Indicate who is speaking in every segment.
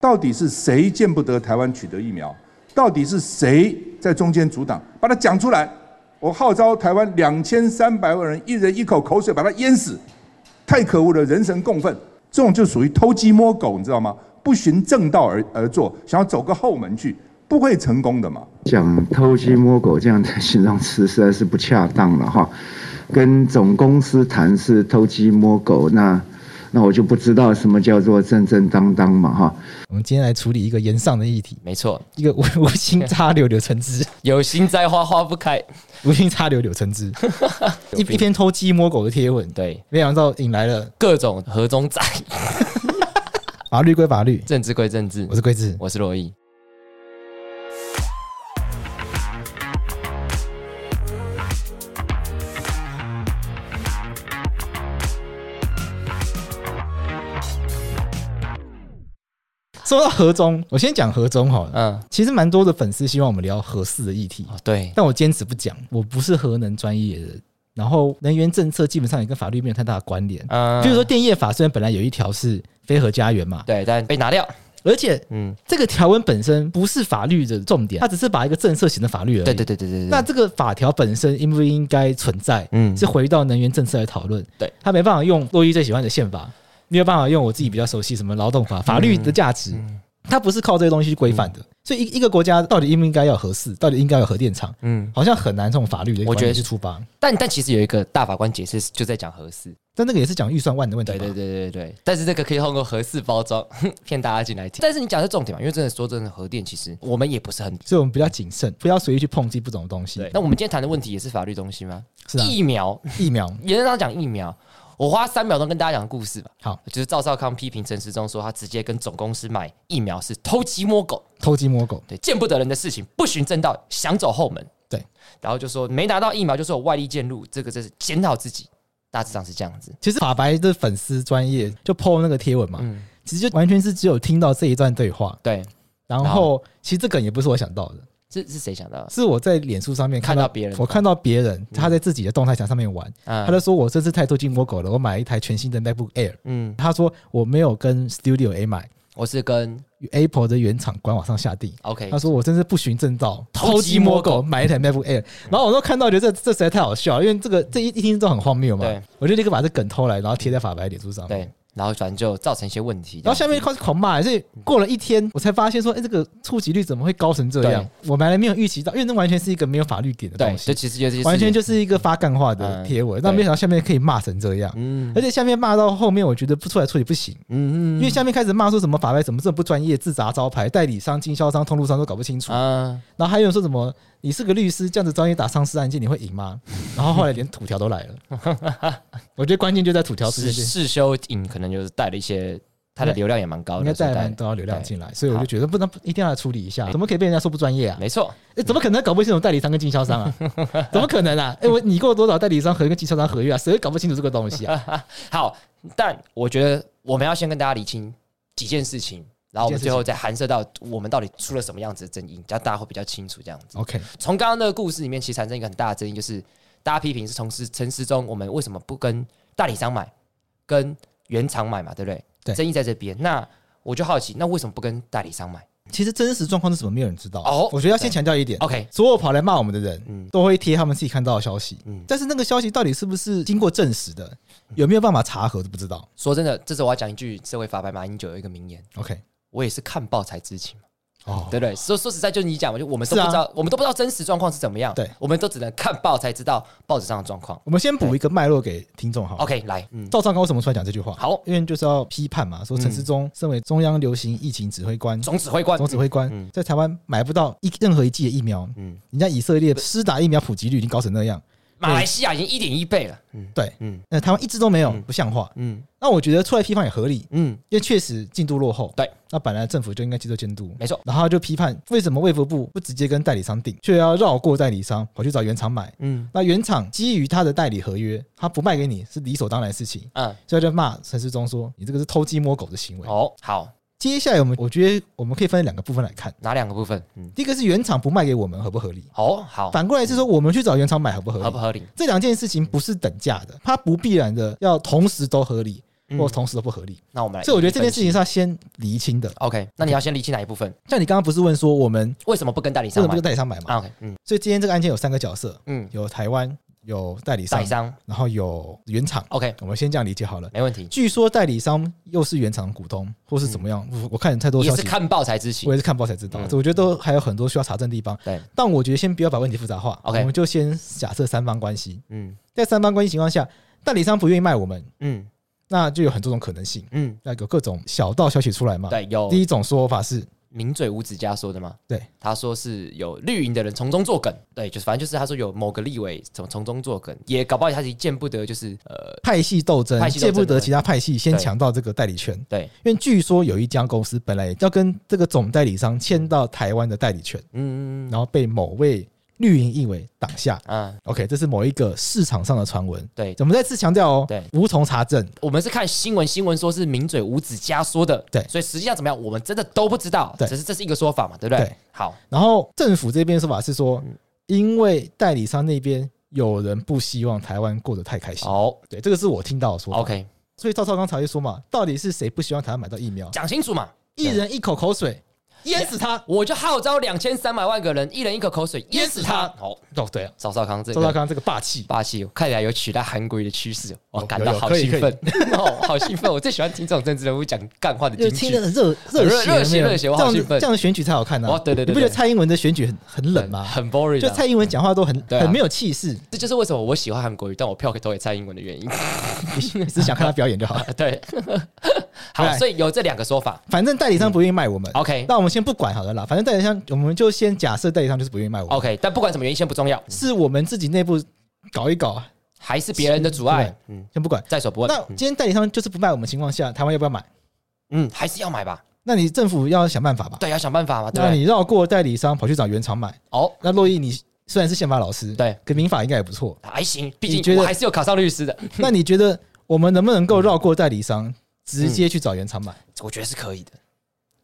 Speaker 1: 到底是谁见不得台湾取得疫苗？到底是谁在中间阻挡？把它讲出来！我号召台湾两千三百万人，一人一口口水把它淹死！太可恶了，人神共愤！这种就属于偷鸡摸狗，你知道吗？不循正道而而做，想要走个后门去，不会成功的嘛。
Speaker 2: 讲偷鸡摸狗这样的形容词实在是不恰当了哈。跟总公司谈是偷鸡摸狗，那那我就不知道什么叫做正正当当嘛哈。
Speaker 3: 我们今天来处理一个延上的议题，
Speaker 4: 没错，
Speaker 3: 一 个无无心插柳柳橙汁，
Speaker 4: 有心栽花花不开。
Speaker 3: 无心插柳柳橙 汁，一一篇偷鸡摸狗的贴文，
Speaker 4: 对，
Speaker 3: 没想到引来了
Speaker 4: 各种河中仔，
Speaker 3: 法律归法律。
Speaker 4: 政治归政治
Speaker 3: 我。是桂智，
Speaker 4: 我是罗毅。
Speaker 3: 说到河中，我先讲河中好了。
Speaker 4: 嗯，
Speaker 3: 其实蛮多的粉丝希望我们聊核四的议题，
Speaker 4: 哦，对，
Speaker 3: 但我坚持不讲，我不是核能专业的人。然后能源政策基本上也跟法律没有太大的关联。
Speaker 4: 嗯，
Speaker 3: 比如说电业法，虽然本来有一条是非核家园嘛，
Speaker 4: 对，但被拿掉。
Speaker 3: 而且
Speaker 4: 嗯，
Speaker 3: 这个条文本身不是法律的重点，它只是把一个政策写成法律而已。
Speaker 4: 对对对对对对。
Speaker 3: 那这个法条本身应不应该存在，
Speaker 4: 嗯
Speaker 3: 是回到能源政策来讨论。
Speaker 4: 对，
Speaker 3: 他没办法用洛伊最喜欢的宪法，没有办法用我自己比较熟悉什么劳动法、
Speaker 4: 嗯
Speaker 3: 法律的价值，它不是靠这些东西去规范的。所以一一个国家到底应不应该要核四，到底应该有核电厂，
Speaker 4: 嗯，
Speaker 3: 好像很难从法律的
Speaker 4: 我觉得
Speaker 3: 观点去出发。
Speaker 4: 但但其实有一个大法官解释就在讲核四，
Speaker 3: 但那个也是讲预算万的问题吧。
Speaker 4: 对对对对对，但是这个可以通过核四包装 骗大家进来听。但是你讲的是重点嘛，因为真的说真的，核电其实我们也不是很
Speaker 3: 所以我们比较谨慎，不要随意去碰自己不懂的东西。
Speaker 4: 对。那我们今天谈的问题也是法律东西吗？
Speaker 3: 是啊，
Speaker 4: 疫苗，
Speaker 3: 疫苗
Speaker 4: 也是上讲疫苗，我花三秒钟跟大家讲故事吧。
Speaker 3: 好，
Speaker 4: 就是赵少康批评陈时中说，他直接跟总公司买疫苗是偷鸡摸狗，
Speaker 3: 偷鸡摸狗，
Speaker 4: 对，见不得人的事情，不循正道，想走后门。
Speaker 3: 对，
Speaker 4: 然后就说没拿到疫苗就说我外力介入，这个就是检讨自己，大致上是这样子。
Speaker 3: 其实法白的粉丝专业就 PO 那个贴文嘛，
Speaker 4: 嗯，
Speaker 3: 其实就完全是只有听到这一段对话，
Speaker 4: 对，
Speaker 3: 然
Speaker 4: 然
Speaker 3: 后其实这梗也不是我想到的，
Speaker 4: 这是谁想到的？
Speaker 3: 是我在脸书上面看
Speaker 4: 看
Speaker 3: 到
Speaker 4: 到别人
Speaker 3: 我看到别人他在自己的动态墙上面玩，
Speaker 4: 嗯
Speaker 3: 他就说我这次太偷鸡摸狗了，我买了一台全新的 MacBook Air，
Speaker 4: 嗯，
Speaker 3: 他说我没有跟 Studio A 买
Speaker 4: 我是跟
Speaker 3: ，Apple 的原厂官网上下订。
Speaker 4: OK，
Speaker 3: 他说我真是不循正道，
Speaker 4: 哎偷鸡
Speaker 3: 摸
Speaker 4: 摸狗嗯
Speaker 3: 买一台 MacBook Air，然后我都看到觉得这这实在太好笑了，因为这个这一一听都很荒谬嘛
Speaker 4: 对，
Speaker 3: 我就立刻把这梗偷来，然后贴在法白脸书上。
Speaker 4: 对，然后反正就造成一些问题。
Speaker 3: 然后下面开始狂骂，所以过了一天，我才发现说，哎、这个触及率怎么会高成这样？我本来没有预期到，因为那完全是一个没有法律点的
Speaker 4: 对，
Speaker 3: 东西，
Speaker 4: 这其实就是
Speaker 3: 完全就是一个发干话的贴文。
Speaker 4: 嗯
Speaker 3: 那、
Speaker 4: 对
Speaker 3: 没想到下面可以骂成这样，
Speaker 4: 嗯
Speaker 3: 而且下面骂到后面，我觉得不出来处理不行，
Speaker 4: 嗯嗯，
Speaker 3: 因为下面开始骂说什么法拍什么这不专业、自砸招牌、代理商、经销商、通路商都搞不清楚。
Speaker 4: 啊
Speaker 3: 然后还有人说什么你是个律师，这样子找你打商事案件你会赢吗？然后后来连土条都来了， 我觉得关键就在土条事
Speaker 4: 是
Speaker 3: 件。
Speaker 4: 世修影可能就是带了一些，它的流量也蛮高
Speaker 3: 应
Speaker 4: 的，
Speaker 3: 该带
Speaker 4: 所以
Speaker 3: 蛮多流量
Speaker 4: 对哎
Speaker 3: 进来，所以我就觉得不能一定要来处理一下，怎么可以被人家说不专业啊？
Speaker 4: 没错，
Speaker 3: 诶怎么可能搞不清楚代理商跟经销商 啊？怎么可能啊？哎，我你给我多少代理商合约跟经销商合约啊？谁会搞不清楚这个东西 啊？
Speaker 4: 好，但我觉得我们要先跟大家理清几件事情，然后我们最后再涵涉到我们到底出了什么样子的争议，这样大家会比较清楚。这样子，
Speaker 3: OK，
Speaker 4: 从刚刚那个故事里面，其实产生一个很大的争议，就是大家批评是从事陈时中，我们为什么不跟代理商买，跟原厂买嘛，对不对？
Speaker 3: 对
Speaker 4: 争议在这边。那我就好奇，那为什么不跟代理商买
Speaker 3: 其实真实状况是什么，没有人知道。
Speaker 4: 哦
Speaker 3: 我觉得要先强调一点，
Speaker 4: ？OK，
Speaker 3: 所有跑来骂我们的人，
Speaker 4: 嗯
Speaker 3: 都会贴他们自己看到的消息，
Speaker 4: 嗯，
Speaker 3: 但是那个消息到底是不是经过证实的，有没有办法查核都不知道。
Speaker 4: 说真的，这时候我要讲一句社会法白马英九有一个名言，
Speaker 3: OK，
Speaker 4: 我也是看报才知情。
Speaker 3: 哦，
Speaker 4: 对不对？说说实在，就你讲嘛，就我们都
Speaker 3: 是啊
Speaker 4: 不知道，我们都不知道真实状况是怎么样。
Speaker 3: 对
Speaker 4: 我们都只能看报才知道报纸上的状况。
Speaker 3: 我们先补一个脉络给听众好了。
Speaker 4: OK，来，嗯，
Speaker 3: 赵尚刚为什么出来讲这句话？
Speaker 4: 好，嗯
Speaker 3: 因为就是要批判嘛，说陈世忠身为中央流行疫情指挥官，
Speaker 4: 总指挥官，
Speaker 3: 总指挥官
Speaker 4: 嗯
Speaker 3: 在台湾买不到一任何一剂的疫苗，
Speaker 4: 嗯，
Speaker 3: 人家以色列施打疫苗普及率已经高成那样，
Speaker 4: 马来西亚已经一点一倍了。嗯，
Speaker 3: 对，
Speaker 4: 嗯
Speaker 3: 那台湾一直都没有，
Speaker 4: 嗯
Speaker 3: 不像话。
Speaker 4: 嗯
Speaker 3: 那我觉得出来批判也合理，
Speaker 4: 嗯，
Speaker 3: 因为确实进度落后。
Speaker 4: 对，
Speaker 3: 那本来政府就应该接受监督，
Speaker 4: 没错。
Speaker 3: 然后他就批判为什么卫福部不直接跟代理商订，却要绕过代理商跑去找原厂买。
Speaker 4: 嗯
Speaker 3: 那原厂基于他的代理合约，他不卖给你是理所当然的事情，
Speaker 4: 嗯，
Speaker 3: 所以他就骂陈世忠说你这个是偷鸡摸狗的行为。
Speaker 4: 哦，好，
Speaker 3: 接下来我们我觉得我们可以分两个部分来看，
Speaker 4: 哪两个部分？嗯，
Speaker 3: 第一个是原厂不卖给我们合不合理，
Speaker 4: 哦，好，
Speaker 3: 反过来是说我们去找原厂买合不合理
Speaker 4: 合不。合理？
Speaker 3: 这两件事情不是等价的，它不必然的要同时都合理。
Speaker 4: 嗯
Speaker 3: 或同时都不合理。
Speaker 4: 那我们来，
Speaker 3: 所以我觉得这件事情是要先厘清的。
Speaker 4: ，OK，那你要先理清哪一部分？
Speaker 3: 像你刚刚不是问说我们
Speaker 4: 为什么不跟代理
Speaker 3: 为什
Speaker 4: 商
Speaker 3: 么
Speaker 4: 买
Speaker 3: 不跟代理商买嘛？
Speaker 4: 啊？OK，嗯
Speaker 3: 所以今天这个案件有三个角色，
Speaker 4: 嗯，
Speaker 3: 有台湾，有代理商
Speaker 4: 代理，商
Speaker 3: 然后有原厂。
Speaker 4: ，OK，
Speaker 3: 我们先这样理解好了。
Speaker 4: 没问题，
Speaker 3: 据说代理商又是原厂股东，或是怎么样？我我看太多
Speaker 4: 嗯也
Speaker 3: 消
Speaker 4: 是
Speaker 3: 息，
Speaker 4: 看报才知情
Speaker 3: 我。也是看报才知道。
Speaker 4: 嗯
Speaker 3: 这我觉得都还有很多需要查证的地方。
Speaker 4: 对，
Speaker 3: 但我觉得先不要把问题复杂化
Speaker 4: OK
Speaker 3: 我们就先假设三方关系。
Speaker 4: 嗯
Speaker 3: 在三方关系情况下，代理商不愿意卖我们，
Speaker 4: 嗯
Speaker 3: 那就有很多种可能性。
Speaker 4: 嗯，
Speaker 3: 那有各种小道消息出来嘛？。
Speaker 4: 对，有
Speaker 3: 第一种说法是，
Speaker 4: 名嘴吴子嘉说的吗？
Speaker 3: 对，
Speaker 4: 他说是有绿营的人从中作梗，对，就是反正就是他说有某个立委从从中作梗，也搞不好他是见不得就是呃，
Speaker 3: 派系斗争，
Speaker 4: 派系斗
Speaker 3: 见不
Speaker 4: 争
Speaker 3: 得其他派系先
Speaker 4: 对
Speaker 3: 抢到这个代理权。
Speaker 4: 对，
Speaker 3: 因为据说有一家公司本来要跟这个总代理商签到台湾的代理权，
Speaker 4: 嗯
Speaker 3: 然后被某位绿营议委挡下。
Speaker 4: 啊，
Speaker 3: OK，这是某一个市场上的传闻。
Speaker 4: 对，
Speaker 3: 我们再次强调哦，
Speaker 4: 对
Speaker 3: 无从查证。
Speaker 4: 我们是看新闻，新闻说是名嘴吴子嘉说的，
Speaker 3: 对
Speaker 4: 所以实际上怎么样，我们真的都不知道，
Speaker 3: 对
Speaker 4: 只是这是一个说法嘛，对不对？
Speaker 3: 对
Speaker 4: 好，
Speaker 3: 然后政府这边说法是说，
Speaker 4: 嗯
Speaker 3: 因为代理商那边有人不希望台湾过得太开心。
Speaker 4: 好
Speaker 3: 对，这个是我听到的说法。
Speaker 4: 哦，OK，
Speaker 3: 所以赵少刚才就说嘛，到底是谁不希望台湾买到疫苗？
Speaker 4: 讲清楚嘛，
Speaker 3: 一人一口口水，淹死他。
Speaker 4: 我就号召两千三百万个人，一人一口口水淹死他。好，
Speaker 3: 哦，对啊，
Speaker 4: 赵少康这
Speaker 3: 赵少
Speaker 4: 个
Speaker 3: 刚这个霸气，
Speaker 4: 霸气，看起来有取代韩国瑜的趋势，我
Speaker 3: 有
Speaker 4: 感
Speaker 3: 哦有
Speaker 4: 到
Speaker 3: 有
Speaker 4: 好
Speaker 3: 可以
Speaker 4: 兴
Speaker 3: 可以
Speaker 4: 奋， 哦，好兴奋！我最喜欢听这种政治人物讲干话的
Speaker 3: 就听
Speaker 4: 金句
Speaker 3: 得。很热
Speaker 4: 热
Speaker 3: 血
Speaker 4: 热血
Speaker 3: 有没有
Speaker 4: 热血我
Speaker 3: 这
Speaker 4: 好
Speaker 3: 样
Speaker 4: 兴奋
Speaker 3: 这样的选举才好看呢、啊。
Speaker 4: 哦对对对
Speaker 3: 你不觉得
Speaker 4: 对
Speaker 3: 蔡英文的选举很很冷吗？
Speaker 4: 很 boring，
Speaker 3: 就
Speaker 4: 啊
Speaker 3: 蔡英文讲话都很
Speaker 4: 对啊
Speaker 3: 很没有气 势，
Speaker 4: 这就是为什么我喜欢韩国瑜，但我票可以投给蔡英文的原 因。
Speaker 3: 只想看他表演就好。
Speaker 4: 对， 好，
Speaker 3: 对
Speaker 4: 所以有这两个说法。
Speaker 3: 反正代理商不愿意卖我们。
Speaker 4: 嗯 OK
Speaker 3: 那我们先不管好了啦，反正代理商我们就先假设代理商就是不愿意卖我们
Speaker 4: OK，但不管什么原因，先不重要，
Speaker 3: 是我们自己内部搞一搞，
Speaker 4: 还是别人的阻碍
Speaker 3: 对，
Speaker 4: 嗯，
Speaker 3: 先不管。
Speaker 4: 在所不问。
Speaker 3: 那今天代理商就是不卖我们情况下，台湾要不要买？
Speaker 4: 嗯，还是要买吧，
Speaker 3: 那你政府要想办法吧。
Speaker 4: 对，要想办法嘛，对
Speaker 3: 那
Speaker 4: 不对？
Speaker 3: 你绕过代理商跑去找原厂买，
Speaker 4: 哦，
Speaker 3: 那洛伊你虽然是宪法老师，
Speaker 4: 对，。
Speaker 3: 跟民法应该也不错
Speaker 4: 还哎行，
Speaker 3: 你
Speaker 4: 毕
Speaker 3: 觉
Speaker 4: 竟
Speaker 3: 得
Speaker 4: 我还是有考上律师的，
Speaker 3: 那你觉得我们能不能够绕过代理商，直接去找原厂买？
Speaker 4: 我觉得是可以的。嗯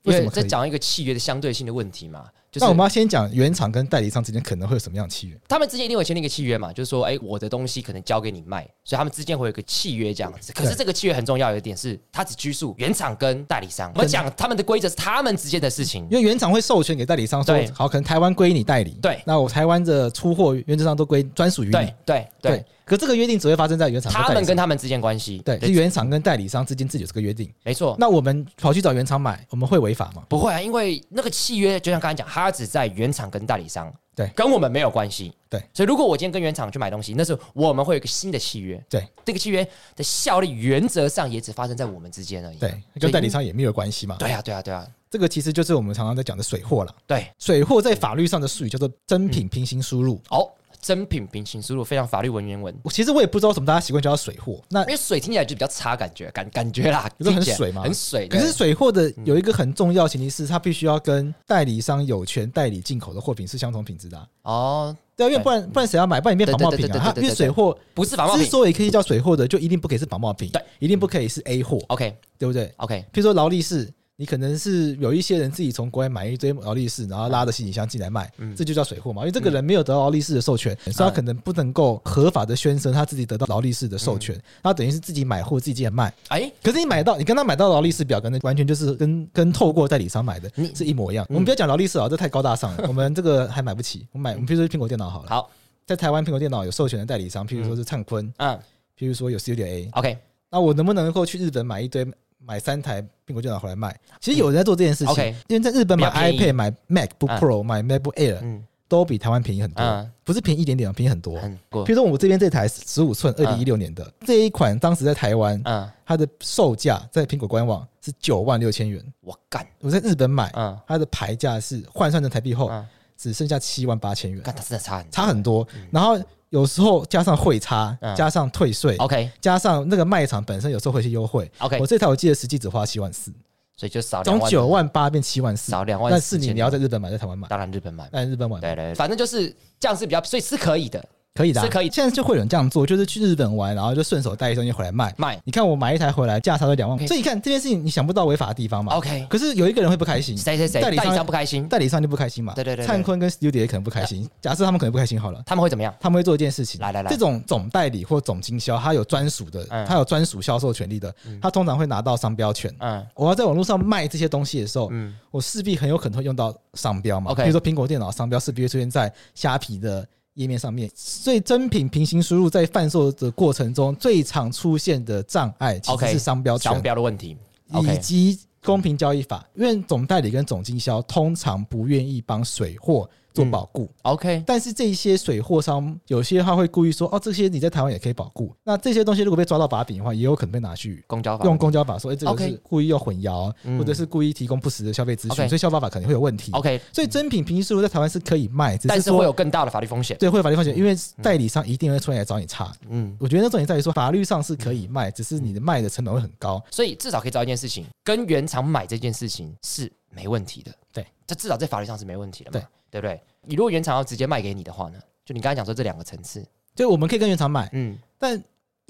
Speaker 4: 因
Speaker 3: 为什
Speaker 4: 为
Speaker 3: 么可
Speaker 4: 这
Speaker 3: 以
Speaker 4: 讲一个契约的相对性的问题嘛，就是
Speaker 3: 那我们要先讲原厂跟代理商之间可能会有什么样的契约？
Speaker 4: 他们之间一定会签订一个契约嘛，就是说，哎、我的东西可能交给你卖，所以他们之间会有一个契约这样子。可是这个契约很重要，有一点是它只拘束原厂跟代理商。我们讲他们的规则是他们之间的事情
Speaker 3: 因。为原厂会授权给代理商说
Speaker 4: 对，
Speaker 3: 好，可能台湾归你代理，
Speaker 4: 对
Speaker 3: 那我台湾的出货原则上都归专属于你，
Speaker 4: 对对对，
Speaker 3: 可这个约定只会发生在原厂代理
Speaker 4: 他
Speaker 3: 商
Speaker 4: 们跟他们之间关系，
Speaker 3: 对是原厂跟代理商之间自己有这个约定，
Speaker 4: 没错。
Speaker 3: 那我们跑去找原厂买，我们会违法吗？
Speaker 4: 不会啊，因为那个契约就像刚才讲，它只在原厂跟代理商，
Speaker 3: 对
Speaker 4: 跟我们没有关系。
Speaker 3: 对
Speaker 4: 所以如果我今天跟原厂去买东西，那是我们会有一个新的契约，
Speaker 3: 对
Speaker 4: 这个契约的效力原则上也只发生在我们之间而已。
Speaker 3: 对，
Speaker 4: 所
Speaker 3: 跟
Speaker 4: 以
Speaker 3: 代理商也没有关系嘛。
Speaker 4: 对啊，对啊，对啊，
Speaker 3: 这个其实就是我们常常在讲的水货了。
Speaker 4: 对。啊
Speaker 3: 水货在法律上的术语叫做真品
Speaker 4: 嗯
Speaker 3: 平行输入。
Speaker 4: 哦，真品平行输入非常法律文言文，
Speaker 3: 我其实我也不知道为什么大家习惯叫它水货，那
Speaker 4: 因为水听起来就比较差感觉，感感觉啦，
Speaker 3: 你说很
Speaker 4: 听起来
Speaker 3: 水吗
Speaker 4: 很水。
Speaker 3: 可
Speaker 4: 对
Speaker 3: 是水货的有一个很重要前提是，它必须要跟代理商有权代理进口的货品是相同品质的啊、
Speaker 4: 哦，
Speaker 3: 对啊，因为不然不然谁要买？不然你变仿冒品
Speaker 4: 对对对对
Speaker 3: 啊！
Speaker 4: 对
Speaker 3: 它
Speaker 4: 对对
Speaker 3: 因为水货
Speaker 4: 不是仿冒
Speaker 3: 之
Speaker 4: 品。
Speaker 3: 所以可以叫水货的，就一定不可以是仿冒品，
Speaker 4: 对，哦
Speaker 3: 一定不可以是 A 货，
Speaker 4: OK
Speaker 3: 对不对？
Speaker 4: OK，
Speaker 3: 譬如说劳力士，你可能是有一些人自己从国外买一堆劳力士，然后拉着行李箱进来卖，这就叫水货嘛。因为这个人没有得到劳力士的授权，所以他可能不能够合法的宣称他自己得到劳力士的授权，他等于是自己买货自己进来卖。
Speaker 4: 哎，
Speaker 3: 可是你买到，你跟他买到劳力士表格，那完全就是跟跟透过代理商买的是一模一样。
Speaker 4: 嗯
Speaker 3: 我们不要讲劳力士啊，这太高大 上了，我们这个还买不起。我们买，我们譬如说苹果电脑好了，
Speaker 4: 好，
Speaker 3: 在台湾苹果电脑有授权的代理商，譬如说是灿坤，
Speaker 4: 嗯
Speaker 3: 譬如说有 Studio A，
Speaker 4: ，OK
Speaker 3: 那我能不能够去日本买一堆买三台苹果电脑回来卖？其实有人在做这件事
Speaker 4: 嗯，OK
Speaker 3: 情，因为在日本买
Speaker 4: 比较便宜
Speaker 3: iPad、买 MacBook
Speaker 4: 嗯
Speaker 3: Pro、买 MacBook Air
Speaker 4: 嗯
Speaker 3: 都比台湾便宜很多
Speaker 4: 嗯，
Speaker 3: 不是便宜一点点，便宜很多。
Speaker 4: 很嗯过
Speaker 3: 譬如说我这边这台十五寸，二零一六年的这一款，当时在台湾，
Speaker 4: 嗯，
Speaker 3: 它的售价在苹果官网是九万六千元，
Speaker 4: 我干
Speaker 3: 我在日本买
Speaker 4: 嗯，
Speaker 3: 它的牌价是换算成台币后
Speaker 4: 嗯
Speaker 3: 只剩下七万八千元，
Speaker 4: 干，嗯他真的差很
Speaker 3: 差很多。然后有时候加上汇差
Speaker 4: 嗯，
Speaker 3: 加上退税。
Speaker 4: OK
Speaker 3: 加上那个卖场本身有时候会去优惠
Speaker 4: OK
Speaker 3: 我这台我记得实际只花七万四，
Speaker 4: 所以就少两
Speaker 3: 从
Speaker 4: 万。
Speaker 3: 九万八变七万四，
Speaker 4: 少2万
Speaker 3: 但是
Speaker 4: 4千
Speaker 3: 你你要在日本买，在台湾买，
Speaker 4: 当然日本买，
Speaker 3: 在日本买，
Speaker 4: 对对，对反正就是这样是比较，所以是可以的。
Speaker 3: 可以的啊、
Speaker 4: 是可以
Speaker 3: 现在就会有人这样做，就是去日本玩，然后就顺手带一些东西回来卖
Speaker 4: 卖
Speaker 3: 你看我买一台回来，价差都两万，
Speaker 4: OK
Speaker 3: 所以你看这件事情你想不到违法的地方嘛
Speaker 4: OK
Speaker 3: 可是有一个人会不开心，
Speaker 4: 谁谁谁
Speaker 3: 代
Speaker 4: 代
Speaker 3: 理
Speaker 4: 理
Speaker 3: 商
Speaker 4: 商不开心，
Speaker 3: 代理商就不开心嘛，
Speaker 4: 对对对对
Speaker 3: 灿坤跟 Studio 也可能不开心，假设他们可能不开心好了。
Speaker 4: 他们会怎么样？
Speaker 3: 他们会做一件事情，
Speaker 4: 来来来
Speaker 3: 这种总代理或总经销，他有专属的，
Speaker 4: 嗯
Speaker 3: 他有专属销售权利的，他通常会拿到商标权。
Speaker 4: 嗯
Speaker 3: 我要在网络上卖这些东西的时候，
Speaker 4: 嗯
Speaker 3: 我势必很有可能会用到商标嘛。
Speaker 4: OK
Speaker 3: 比如说苹果电脑商标势必会出现在虾皮的页面上面，所以真品平行输入在贩售的过程中最常出现的障碍其实
Speaker 4: ，OK，
Speaker 3: 是商标权
Speaker 4: 商标的问题
Speaker 3: 以
Speaker 4: ，OK，
Speaker 3: 及公平交易法，因为总代理跟总经销通常不愿意帮水货做
Speaker 4: 嗯
Speaker 3: 保固。
Speaker 4: OK，
Speaker 3: 但是这一些水货商，有些他会故意说，哦，这些你在台湾也可以保固。那这些东西如果被抓到把柄的话，也有可能被拿去
Speaker 4: 公交法
Speaker 3: 用公交法说，哎、这个
Speaker 4: OK
Speaker 3: 是故意要混淆，
Speaker 4: 嗯
Speaker 3: 或者是故意提供不实的消费资讯，
Speaker 4: OK
Speaker 3: 所以消保法可能会有问题。
Speaker 4: OK，
Speaker 3: 所以真品平行输入在台湾是可以卖，只
Speaker 4: 但
Speaker 3: 是
Speaker 4: 是会
Speaker 3: 说
Speaker 4: 有更大的法律风险。
Speaker 3: 对会有法律风险，因为代理商一定会出来找你查。
Speaker 4: 嗯，
Speaker 3: 我觉得那重点在于说，法律上是可以卖，只是你的卖的成本会很高。
Speaker 4: 所以至少可以知道一件事情，跟原厂买这件事情是没问题的。
Speaker 3: 对，
Speaker 4: 这至少在法律上是没问题的嘛，对不对？你如果原厂要直接卖给你的话呢，就你刚才讲说这两个层次，
Speaker 3: 就我们可以跟原厂买，
Speaker 4: 嗯，
Speaker 3: 但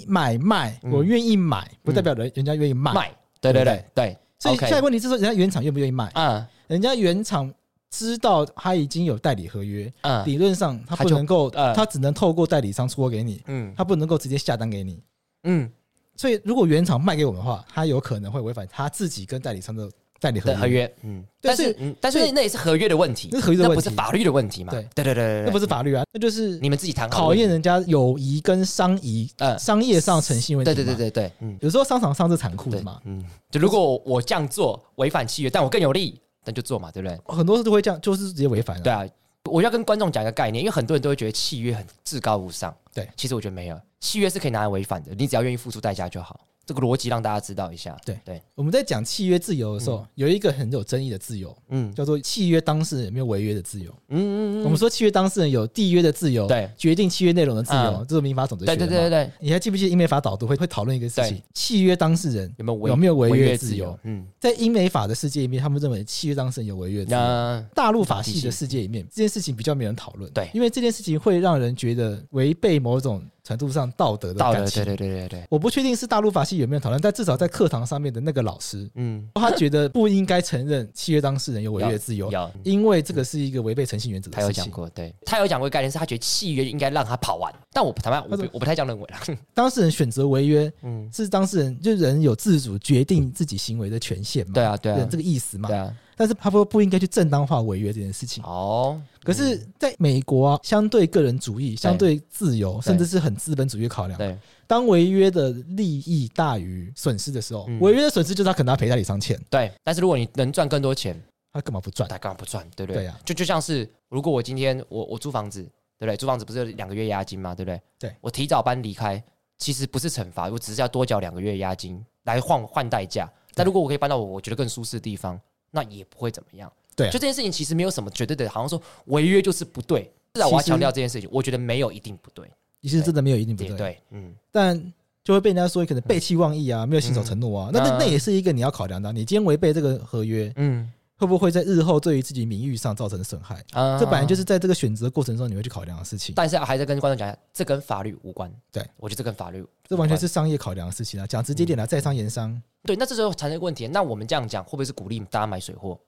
Speaker 3: 买卖我愿意买，不代表人人家愿意卖。
Speaker 4: 嗯卖，对对对对，
Speaker 3: 所以
Speaker 4: OK
Speaker 3: 下一个问题是说，人家原厂愿不愿意卖？
Speaker 4: 嗯
Speaker 3: 人家原厂知道他已经有代理合约，
Speaker 4: 嗯
Speaker 3: 理论上他
Speaker 4: 他
Speaker 3: 不
Speaker 4: 就
Speaker 3: 能够，
Speaker 4: 呃
Speaker 3: 他只能透过代理商出货给你，
Speaker 4: 嗯
Speaker 3: 他不能够直接下单给你。
Speaker 4: 嗯，
Speaker 3: 所以如果原厂卖给我们的话，他有可能会违反他自己跟代理商的代理合
Speaker 4: 的
Speaker 3: 约。
Speaker 4: 合约，嗯，
Speaker 3: 对
Speaker 4: 但是
Speaker 3: 所以
Speaker 4: 嗯但是
Speaker 3: 所
Speaker 4: 那
Speaker 3: 以
Speaker 4: 那也是合约的问题，
Speaker 3: 那是合约的
Speaker 4: 那
Speaker 3: 问
Speaker 4: 不
Speaker 3: 题
Speaker 4: 是法律的问题嘛？
Speaker 3: 对
Speaker 4: 对对对对，
Speaker 3: 那不是法律啊，那就是
Speaker 4: 你们自己谈好的
Speaker 3: 考
Speaker 4: 问题
Speaker 3: 验人家友谊跟商仪、
Speaker 4: 呃
Speaker 3: 商业上诚信问题。
Speaker 4: 对对对，对对，嗯，
Speaker 3: 有时候商场上是残酷的
Speaker 4: 对
Speaker 3: 嘛，，
Speaker 4: 嗯，就如果我这样做违反契约，但我更有利，那就做嘛，对不对？
Speaker 3: 很多事都会这样，就是直接违反了。
Speaker 4: 对啊，我要跟观众讲一个概念，因为很多人都会觉得契约很至高无上，
Speaker 3: 对
Speaker 4: 其实我觉得没有，契约是可以拿来违反的，你只要愿意付出代价就好，这个逻辑让大家知道一下，
Speaker 3: 对
Speaker 4: 对，
Speaker 3: 我们在讲契约自由的时候，有一个很有争议的自由，
Speaker 4: 嗯
Speaker 3: 叫做契约当事人有没有违约的自由。
Speaker 4: 嗯嗯
Speaker 3: 我们说契约当事人有缔约的自由，
Speaker 4: 对
Speaker 3: 决定契约内容的自由
Speaker 4: 嗯，
Speaker 3: 这是民法总则学的
Speaker 4: 对对
Speaker 3: 嘛
Speaker 4: 对对对，
Speaker 3: 你还记不记得英美法导读会会讨论一个事情
Speaker 4: 对？
Speaker 3: 契约当事人
Speaker 4: 有没有违
Speaker 3: 有没有违
Speaker 4: 约
Speaker 3: 约自由？？
Speaker 4: 嗯，
Speaker 3: 在英美法的世界里面，他们认为契约当事人有违约自由。
Speaker 4: 那
Speaker 3: 大陆法系的世界里面，这件事情比较没人讨论，
Speaker 4: 对
Speaker 3: 因为这件事情会让人觉得违背某种程度上道德的
Speaker 4: 到
Speaker 3: 感
Speaker 4: 了，对
Speaker 3: 情。
Speaker 4: 对对对对，
Speaker 3: 我不确定是大陆法系有没有讨论，但至少在课堂上面的那个老 师，
Speaker 4: 嗯，
Speaker 3: 他觉得不应该承认契约当事人有违约自由，
Speaker 4: 要。
Speaker 3: 因为这个是一个违背诚信原则的
Speaker 4: 他有
Speaker 3: 事
Speaker 4: 讲
Speaker 3: 情。
Speaker 4: 过，对他有讲过一个概念，是他觉得契约应该让他跑完，但我坦白，我
Speaker 3: 他
Speaker 4: 不
Speaker 3: 说
Speaker 4: 我不太这样认为 啦。
Speaker 3: 当事人选择违约，
Speaker 4: 嗯，
Speaker 3: 是当事人就人有自主决定自己行为的权限嘛？
Speaker 4: 对啊，对啊，
Speaker 3: 这个意思嘛
Speaker 4: 对。啊，
Speaker 3: 但是他说不应该去正当化违约这件事情。
Speaker 4: 哦，
Speaker 3: 可是，在美国啊，相对个人主义、相对自由，甚至是很资本主义的考量，
Speaker 4: 对，
Speaker 3: 当违约的利益大于损失的时候，
Speaker 4: 嗯
Speaker 3: 违约的损失就是他可能要赔代理商钱，
Speaker 4: 对，但是如果你能赚更多钱，
Speaker 3: 他干嘛不赚？
Speaker 4: 他干嘛不赚？对不对？
Speaker 3: 对啊
Speaker 4: 就就像是如果我今天我我租房子，对不对？租房子不是有两个月押金吗？对不对？
Speaker 3: 对
Speaker 4: 我提早搬离开，其实不是惩罚，我只是要多缴两个月押金来换换代价。但如果我可以搬到我我觉得更舒适的地方，那也不会怎么样。
Speaker 3: 对啊
Speaker 4: 就这件事情其实没有什么绝对的，好像说违约就是不对。至少我要
Speaker 3: 其实
Speaker 4: 强调这件事情，我觉得没有一定不对，
Speaker 3: 其实真的没有一定不
Speaker 4: 也
Speaker 3: 对，
Speaker 4: 对，嗯，
Speaker 3: 但就会被人家说可能背弃忘义啊，没有信守承诺啊。那那
Speaker 4: 嗯
Speaker 3: 那也是一个你要考量的啊，你今天违背这个合约，
Speaker 4: 嗯，
Speaker 3: 会不会在日后对于自己名誉上造成损害？
Speaker 4: 啊
Speaker 3: 这本来就是在这个选择过程中你会去考量的事情，
Speaker 4: 嗯但是还在跟观众讲，这跟法律无关。
Speaker 3: 对，
Speaker 4: 我觉得这跟法律无关，
Speaker 3: 这完全是商业考量的事情啊。讲直接点
Speaker 4: 嗯
Speaker 3: 来，在商言商，
Speaker 4: 对。那这时候产生一个问题，那我们这样讲，会不会是鼓励大家买水货？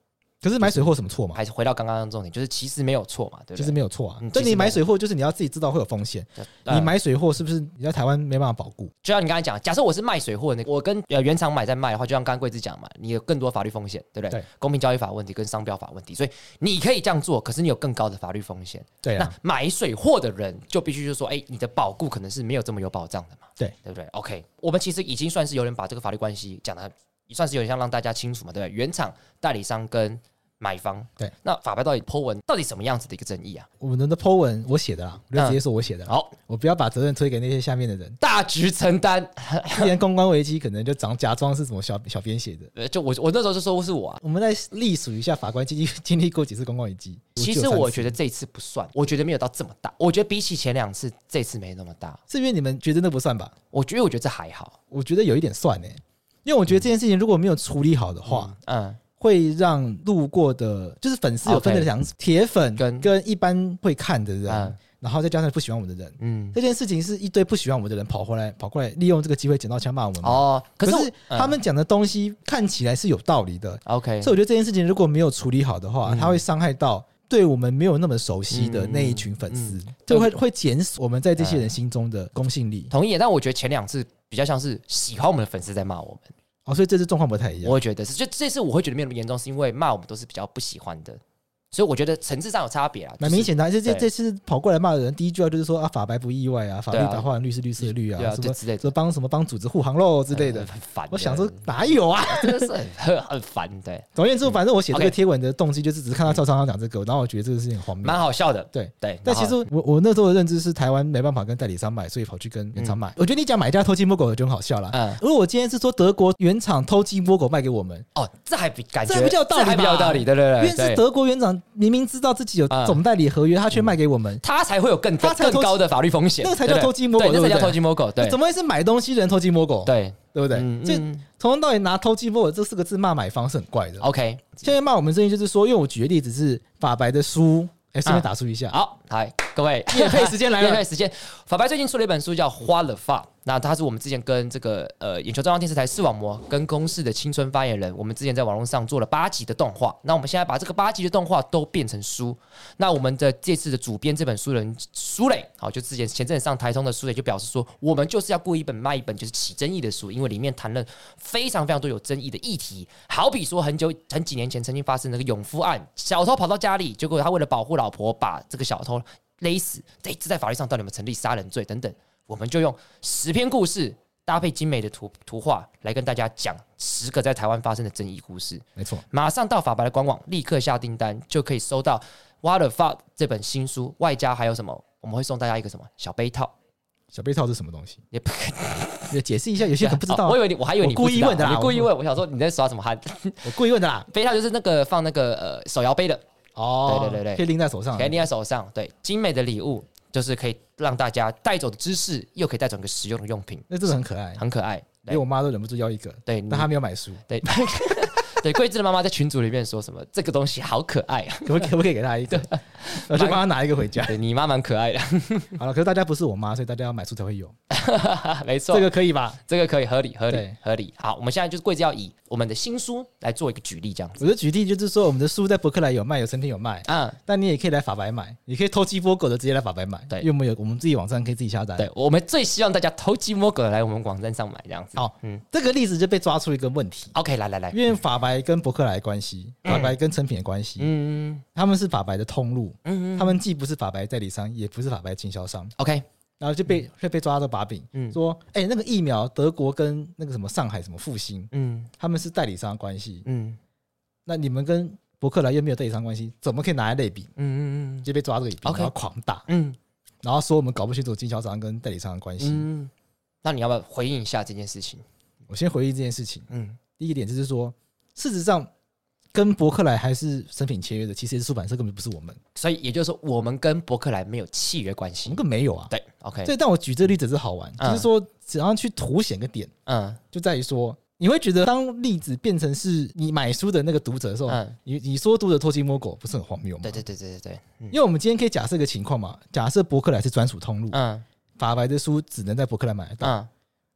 Speaker 3: 可是买水货什么错嘛？
Speaker 4: 还是回到刚刚的重点，就是其实没有错嘛，哎对不
Speaker 3: 其
Speaker 4: 对？
Speaker 3: 实没有错啊
Speaker 4: 嗯，
Speaker 3: 但你
Speaker 4: 其实没有
Speaker 3: 买水货就是你要自己知道会有风险，
Speaker 4: 呃
Speaker 3: 你，买水货是不是你在台湾没办法保固？
Speaker 4: 就像你刚才讲，假设我是卖水货的那个，我跟呃原厂买再卖的话，就像刚刚贵子讲嘛，你有更多法律风险，对不对？
Speaker 3: 对
Speaker 4: 公平交易法问题跟商标法问题，所以你可以这样做，可是你有更高的法律风险。
Speaker 3: 对
Speaker 4: 那
Speaker 3: 啊，
Speaker 4: 买水货的人就必须就说，哎，你的保固可能是没有这么有保障的嘛，
Speaker 3: 对
Speaker 4: 对不对？OK，我们其实已经算是有点把这个法律关系讲的，也算是有点像让大家清楚嘛，对不对？原厂、代理商跟买方，
Speaker 3: 对，
Speaker 4: 那法拍到底 Po 文到底什么样子的一个争议啊？
Speaker 3: 我们的 Po 文我写的啦，我就直接说我写的啦，
Speaker 4: 嗯好，。
Speaker 3: 我不要把责任推给那些下面的人
Speaker 4: 大局承担，
Speaker 3: 之前公关危机可能就长假装是什么小小编写的。
Speaker 4: 呃，就我我那时候就说是我啊。
Speaker 3: 我们来历数一下，法官经历经历过几次公关危机？
Speaker 4: 其
Speaker 3: 只
Speaker 4: 实
Speaker 3: 有三
Speaker 4: 我
Speaker 3: 次
Speaker 4: 觉得这一次不算，我觉得没有到这么大。我觉得比起前两次，这次没那么大。
Speaker 3: 是因为你们觉得那不算吧？
Speaker 4: 我觉得我觉得这还好。
Speaker 3: 我觉得有一点算呢、欸因为我觉得这件事情如果没有处理好的话，
Speaker 4: 嗯，
Speaker 3: 会让路过的，就是粉丝有分
Speaker 4: OK
Speaker 3: 的两铁粉
Speaker 4: 跟
Speaker 3: 跟一般会看的人，
Speaker 4: 嗯
Speaker 3: 然后再加上不喜欢我们的人，
Speaker 4: 嗯，
Speaker 3: 这件事情是一堆不喜欢我们的人跑回来跑过来，利用这个机会捡到枪骂我们嘛。
Speaker 4: 哦，
Speaker 3: 可
Speaker 4: 是
Speaker 3: 是
Speaker 4: 嗯
Speaker 3: 他们讲的东西看起来是有道理的，
Speaker 4: OK，
Speaker 3: 所以我觉得这件事情如果没有处理好的
Speaker 4: 嗯
Speaker 3: 话，它会伤害到对我们没有那么熟悉的那一群粉丝，
Speaker 4: 嗯
Speaker 3: 就会会减损我们在这些人心中的公信力。
Speaker 4: 同意，但我觉得前两次比较像是喜欢我们的粉丝在骂我们，
Speaker 3: 哦，所以这次状况不太一样
Speaker 4: 我。会觉得是，就这次我会觉得没有那么严重，是因为骂我们都是比较不喜欢的，所以我觉得层次上有差别啊，就是
Speaker 3: 蛮明显的啊，这这
Speaker 4: 对
Speaker 3: 这次跑过来骂的人，第一句话就是说啊，法白不意外啊，法律
Speaker 4: 对啊
Speaker 3: 白话律是绿色律
Speaker 4: 对啊
Speaker 3: 啊，什
Speaker 4: 这
Speaker 3: 么
Speaker 4: 之类的
Speaker 3: 说帮什么帮组织护航喽之类的
Speaker 4: 很。很烦。
Speaker 3: 我想说哪有啊？
Speaker 4: 真的是很很很烦，对，
Speaker 3: 总而言之，反正我写这
Speaker 4: OK
Speaker 3: 个贴文的动机就是只是看到赵昌康讲这个，然后我觉得这个事情很荒谬
Speaker 4: 蛮。好笑的，
Speaker 3: 对
Speaker 4: 对。
Speaker 3: 但
Speaker 4: 蛮
Speaker 3: 其
Speaker 4: 好
Speaker 3: 实我我那时候的认知是台湾没办法跟代理商买，所以跑去跟原厂买。我觉得你讲买家偷鸡摸狗的就很好笑啦。
Speaker 4: 嗯
Speaker 3: 如果我今天是说德国原厂偷鸡摸狗卖给我们，
Speaker 4: 哦，这还比感觉
Speaker 3: 这还比较有道理吧
Speaker 4: 这还比较有道理，对对
Speaker 3: 因
Speaker 4: 对，
Speaker 3: 为是
Speaker 4: 对
Speaker 3: 德国原厂明明知道自己有
Speaker 4: 嗯
Speaker 3: 总代理合约，他却卖给我们，
Speaker 4: 他才会有更
Speaker 3: 他才
Speaker 4: 更
Speaker 3: 偷鸡
Speaker 4: 高的法律风险，
Speaker 3: 那个才叫
Speaker 4: 对不对
Speaker 3: 偷鸡摸狗
Speaker 4: 对，那才
Speaker 3: 对
Speaker 4: 叫
Speaker 3: 不对
Speaker 4: 偷鸡摸狗，对
Speaker 3: 那哎怎么会是买东西的人偷鸡摸狗？
Speaker 4: 对
Speaker 3: 对不对？
Speaker 4: 嗯
Speaker 3: 所以
Speaker 4: 嗯
Speaker 3: 从头到尾拿偷鸡摸狗这四个字骂买方是很怪的。
Speaker 4: ，OK，
Speaker 3: 现在骂我们这些就是说，因为我举的例子是法白的书，哎，顺便打出一下，
Speaker 4: 啊好，嗨，各位，
Speaker 3: 业配时间来了
Speaker 4: 夜配时间，法白最近出了一本书叫《花了发》，那他是我们之前跟这个呃眼球中央电视台视网膜跟公视的青春发言人，我们之前在网络上做了八集的动画，那我们现在把这个八集的动画都变成书，那我们的这次的主编这本书人苏磊，好，就之前前阵子上台通的苏磊就表示说，我们就是要过一本卖一本，就是起争议的书，因为里面谈论非常非常多有争议的议题，好比说很久很几年前曾经发生那个永夫案，小偷跑到家里，结果他为了保护老婆，把这个小偷勒死，这这在法律上到底有没有成立杀人罪等等，我们就用十篇故事。搭配精美的图图画来跟大家讲十个在台湾发生的争议故事，
Speaker 3: 没错。
Speaker 4: 马上到法白的官网立刻下订单，就可以收到《What the Fuck》这本新书，外加还有什么？我们会送大家一个什么小杯套？
Speaker 3: 小被套是什么东西？
Speaker 4: 也不
Speaker 3: 也解释一下， 有些人不知道啊，
Speaker 4: 哦我以为你，我还以为你
Speaker 3: 我故意
Speaker 4: 不知道
Speaker 3: 问的啦
Speaker 4: 你故意
Speaker 3: 我
Speaker 4: 问。我想说你在耍什么憨？
Speaker 3: 我故意问的啦。
Speaker 4: 杯套就是那个放那个呃手摇杯的，
Speaker 3: 哦，
Speaker 4: 对对对对
Speaker 3: 可以拎在手上
Speaker 4: 可以。拎在手上。对，精美的礼物就是可以让大家带走的知识，又可以带走一个实用的用品，
Speaker 3: 那这个很可爱，
Speaker 4: 很可爱。
Speaker 3: 因为
Speaker 4: 对
Speaker 3: 我妈都忍不住要一个，
Speaker 4: 对，
Speaker 3: 但她没有买 书，
Speaker 4: 对对，桂枝的妈妈在群组里面说什么？这个东西好可爱啊！
Speaker 3: 可不可以可不可以给她一个？ 我就帮她拿一个回家。
Speaker 4: 对你妈蛮可爱的，
Speaker 3: 好了，可是大家不是我妈，所以大家要买书才会有，
Speaker 4: 没错。
Speaker 3: 这个可以吧？
Speaker 4: 这个可以合理合理
Speaker 3: 对
Speaker 4: 合理。好，我们现在就是贵子要以我们的新书来做一个举例，这样子。
Speaker 3: 我就举例，就是说我们的书在博客来有卖，有成品有卖，
Speaker 4: 嗯，
Speaker 3: 但你也可以来法白买，你可以偷鸡摸狗的直接来法白买，
Speaker 4: 对
Speaker 3: 因为我们有我们自己网站可以自己下载。
Speaker 4: 对，，我们最希望大家偷鸡摸狗的来我们网站上买这样子。
Speaker 3: 好，
Speaker 4: 嗯
Speaker 3: 这个例子就被抓出一个问题，
Speaker 4: ，OK，来来来，
Speaker 3: 因为法白跟博客来的关系，法白跟成品的关系，
Speaker 4: 嗯
Speaker 3: 他们是法白的通路，
Speaker 4: 嗯
Speaker 3: 他们既不是法白代理商，也不是法白经销商，
Speaker 4: ，OK，
Speaker 3: 然后就被会被抓到把柄，
Speaker 4: 嗯
Speaker 3: 说，哎，那个疫苗德国跟那个什么上海什么复兴，
Speaker 4: 嗯
Speaker 3: 他们是代理商关系，
Speaker 4: 嗯
Speaker 3: 那你们跟博客来又没有代理商关系，怎么可以拿来类比？
Speaker 4: 嗯嗯嗯
Speaker 3: 就被抓这个把柄，
Speaker 4: OK
Speaker 3: 然后狂打，
Speaker 4: 嗯
Speaker 3: 然后说我们搞不清楚经销商跟代理商的关系。
Speaker 4: 嗯，那你要不要回应一下这件事情？
Speaker 3: 我先回忆这件事情，
Speaker 4: 嗯
Speaker 3: 第一点就是说，事实上跟博客来还是成品签约的，其实也是出版社根本不是我们，
Speaker 4: 所以也就是说，我们跟伯克莱没有契约关
Speaker 3: 我
Speaker 4: 系
Speaker 3: 们。根本没有啊。
Speaker 4: 对，OK，
Speaker 3: 对，但我举这个例子是好玩，
Speaker 4: 嗯
Speaker 3: 就是说怎样去凸显个点，
Speaker 4: 嗯
Speaker 3: 就在于说。你会觉得，当例子变成是你买书的那个读者的时候，
Speaker 4: 嗯
Speaker 3: 你你说读者偷鸡摸狗，不是很荒谬吗？
Speaker 4: 对对对对对对，嗯
Speaker 3: 因为我们今天可以假设一个情况嘛，假设博客来是专属通路，
Speaker 4: 嗯
Speaker 3: 法白的书只能在博客来买得到，
Speaker 4: 嗯，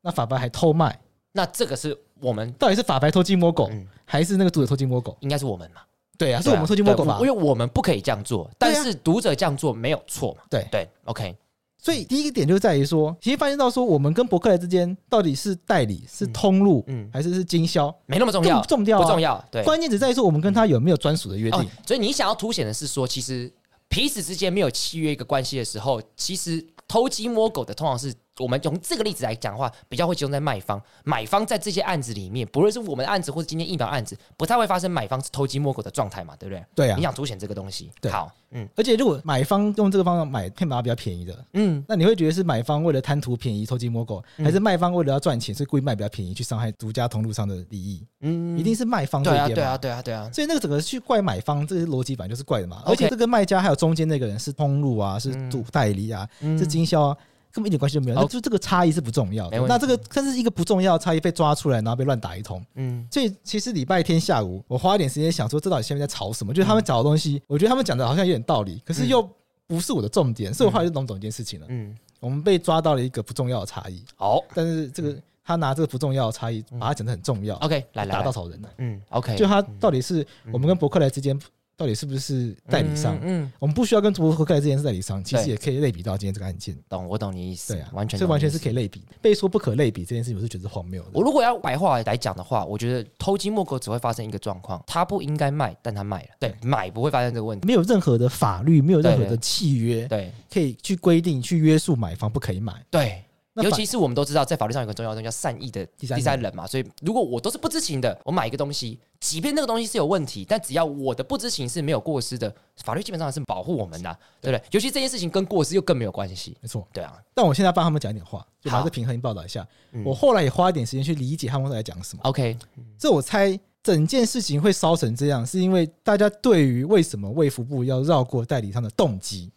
Speaker 3: 那法白还偷卖，
Speaker 4: 那这个是我们
Speaker 3: 到底是法白偷鸡摸狗，
Speaker 4: 嗯
Speaker 3: 还是那个读者偷鸡摸狗？
Speaker 4: 应该是我们嘛？
Speaker 3: 对啊，是
Speaker 4: 对
Speaker 3: 我
Speaker 4: 啊
Speaker 3: 们偷鸡摸
Speaker 4: 对
Speaker 3: 狗吧啊
Speaker 4: 因？为我们不可以这样做，但是读者这样做没有错嘛？
Speaker 3: 对
Speaker 4: 对，OK，
Speaker 3: 所以第一个点就在于说，其实发现到说，我们跟博客来之间到底是代理、是通路，
Speaker 4: 嗯
Speaker 3: 还是是经销，
Speaker 4: 没那么重要，
Speaker 3: 重重要啊
Speaker 4: 不重要？对，
Speaker 3: 关键只在于说我们跟他有没有专属的约定。
Speaker 4: 哦，所以你想要凸显的是说，其实彼此之间没有契约一个关系的时候，其实偷鸡摸狗的通常是。我们从这个例子来讲的话，比较会集中在卖方。买方在这些案子里面，不论是我们的案子或者今天疫苗案子，不太会发生买方是偷鸡摸狗的状态嘛，对不对？
Speaker 3: 对啊
Speaker 4: 你想凸显这个东西，
Speaker 3: 对
Speaker 4: 好，嗯
Speaker 3: 而且如果买方用这个方法买骗把比较便宜的，
Speaker 4: 嗯，
Speaker 3: 那你会觉得是买方为了贪图便宜偷鸡摸狗，还是卖方为了要赚钱，所以故意卖比较便宜去伤害独家通路上的利益？
Speaker 4: 嗯
Speaker 3: 一定是卖方这
Speaker 4: 对啊，
Speaker 3: 边嘛？
Speaker 4: 对啊，对啊，对啊，
Speaker 3: 所以那个整个去怪买方，这些逻辑版就是怪的嘛。
Speaker 4: OK 嗯
Speaker 3: 而且这个卖家还有中间那个人是通路啊，是主代理啊，是经销啊，根本一点关系都没有。那
Speaker 4: 好
Speaker 3: 就这个差异是不重要
Speaker 4: 没
Speaker 3: 的
Speaker 4: 问。题
Speaker 3: 那这个但是一个不重要的差异被抓出来，然后被乱打一通。
Speaker 4: 嗯
Speaker 3: 所以其实礼拜天下
Speaker 4: 嗯
Speaker 3: 午，我花一点时间想说，这到底下面在吵什么？就是他们讲的东西，我觉得他们讲的好像有点道理，可是又不是我的重点，所以我后来就弄懂一件事情了。
Speaker 4: 嗯，
Speaker 3: 我们被抓到了一个不重要的差异，
Speaker 4: 好
Speaker 3: 但是这个他拿这个不重要的差异，把它讲得很重要，
Speaker 4: 嗯，OK，来来
Speaker 3: 打稻
Speaker 4: 来，
Speaker 3: 草人了。
Speaker 4: 嗯，OK，
Speaker 3: 就他到底是我们跟伯克莱之间到底是不是代理商？
Speaker 4: 嗯嗯，嗯
Speaker 3: 我们不需要跟伯克莱之间是代理商，其实
Speaker 4: 对
Speaker 3: 也可以类比到今天这个案件。
Speaker 4: 懂，我懂你意思，
Speaker 3: 对啊，
Speaker 4: 完全，
Speaker 3: 这完全是。可以类比的。被说不可类比这件事情，我是觉得是荒谬的。
Speaker 4: 我如果要白话来讲的话，我觉得偷鸡摸狗只会发生一个状况，他不应该卖，但他卖了，对，买不会发生这个问题，
Speaker 3: 没有任何的法律，没有任何
Speaker 4: 对
Speaker 3: 的
Speaker 4: 对
Speaker 3: 契约
Speaker 4: 对
Speaker 3: 可以去规定、去约束买方不可以买。
Speaker 4: 对。
Speaker 3: 那
Speaker 4: 尤
Speaker 3: 反
Speaker 4: 其是我们都知道，在法律上有个重要的东西叫善意的
Speaker 3: 第
Speaker 4: 第
Speaker 3: 三人
Speaker 4: 三人嘛，所以如果我都是不知情的，我买一个东西，即便那个东西是有问题，但只要我的不知情是没有过失的，法律基本上是保护我们的啊、对不对？尤其这件事情跟过失又更没有关系，
Speaker 3: 没错，
Speaker 4: 对啊，
Speaker 3: 但我现在帮他们讲一点话，就把
Speaker 4: 好
Speaker 3: 这平衡报道一下。
Speaker 4: 嗯
Speaker 3: 我后来也花一点时间去理解他们在讲什么。
Speaker 4: OK，
Speaker 3: 这我猜整件事情会烧成这样，是因为大家对于为什么卫福部要绕过代理商的动机，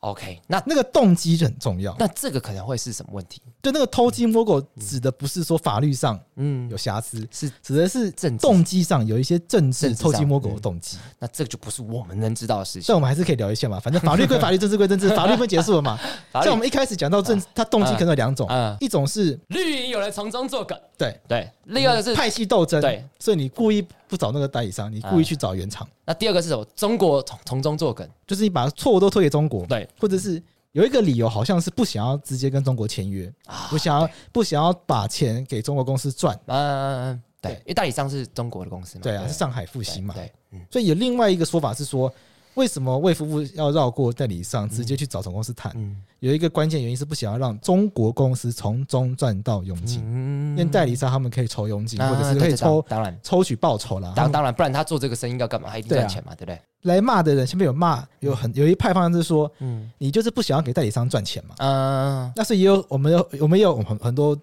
Speaker 4: OK，那
Speaker 3: 那个动机就很重要。
Speaker 4: 那这个可能会是什么问题？
Speaker 3: 就那个偷鸡摸狗指的不是说法律上
Speaker 4: 嗯
Speaker 3: 有，瑕疵，
Speaker 4: 是
Speaker 3: 指的是
Speaker 4: 政治
Speaker 3: 动机上有一些政
Speaker 4: 政
Speaker 3: 治
Speaker 4: 治
Speaker 3: 偷鸡
Speaker 4: 上
Speaker 3: 摸狗的
Speaker 4: 嗯
Speaker 3: 动机。
Speaker 4: 那这个就不是我们能知道的事情。
Speaker 3: 但我们还是可以聊一下 嘛，反正法律归法律，政治归政治，法律不结束了嘛。
Speaker 4: 法律啊
Speaker 3: 像我们一开始讲到政，它动机可能有两种
Speaker 4: 嗯，
Speaker 3: 一种是
Speaker 4: 绿营有人从中作梗，嗯
Speaker 3: 对
Speaker 4: 对。第二个是，
Speaker 3: 派系斗争，
Speaker 4: 对，啊
Speaker 3: 所以你故意不找那个代理商，你故意去找原厂，
Speaker 4: 那第二个是什么？中国从从中作梗，
Speaker 3: 就是你把错误都推给中国，
Speaker 4: 对，
Speaker 3: 或者是有一个理由好像是不想要直接跟中国签约，
Speaker 4: 啊
Speaker 3: 不想要不想要把钱给中国公司赚，
Speaker 4: 嗯，对，
Speaker 3: 对
Speaker 4: 因为代理商是中国的公司嘛，
Speaker 3: 对啊，是上海复
Speaker 4: 不
Speaker 3: 兴嘛，
Speaker 4: 对，嗯，
Speaker 3: 所以有另外一个说法是说。为什么卫福部要绕过代理商，直接去找总公司谈？
Speaker 4: 嗯
Speaker 3: 有一个关键原因是不想要让中国公司从中赚到佣金，
Speaker 4: 嗯
Speaker 3: 因为代理商他们可以抽佣金，
Speaker 4: 啊
Speaker 3: 或者是可以
Speaker 4: 对当
Speaker 3: 抽
Speaker 4: 当然。
Speaker 3: 抽取报酬啦。他
Speaker 4: 当
Speaker 3: 们
Speaker 4: 当然，不然他做这个生意要干嘛？他一定
Speaker 3: 对啊
Speaker 4: 赚钱嘛，对不对？
Speaker 3: 来骂的人，前面有骂，有很有一派方向是说，
Speaker 4: 嗯
Speaker 3: 你就是不想要给代理商赚钱嘛。
Speaker 4: 嗯，
Speaker 3: 但是也有我们有我们也有很很多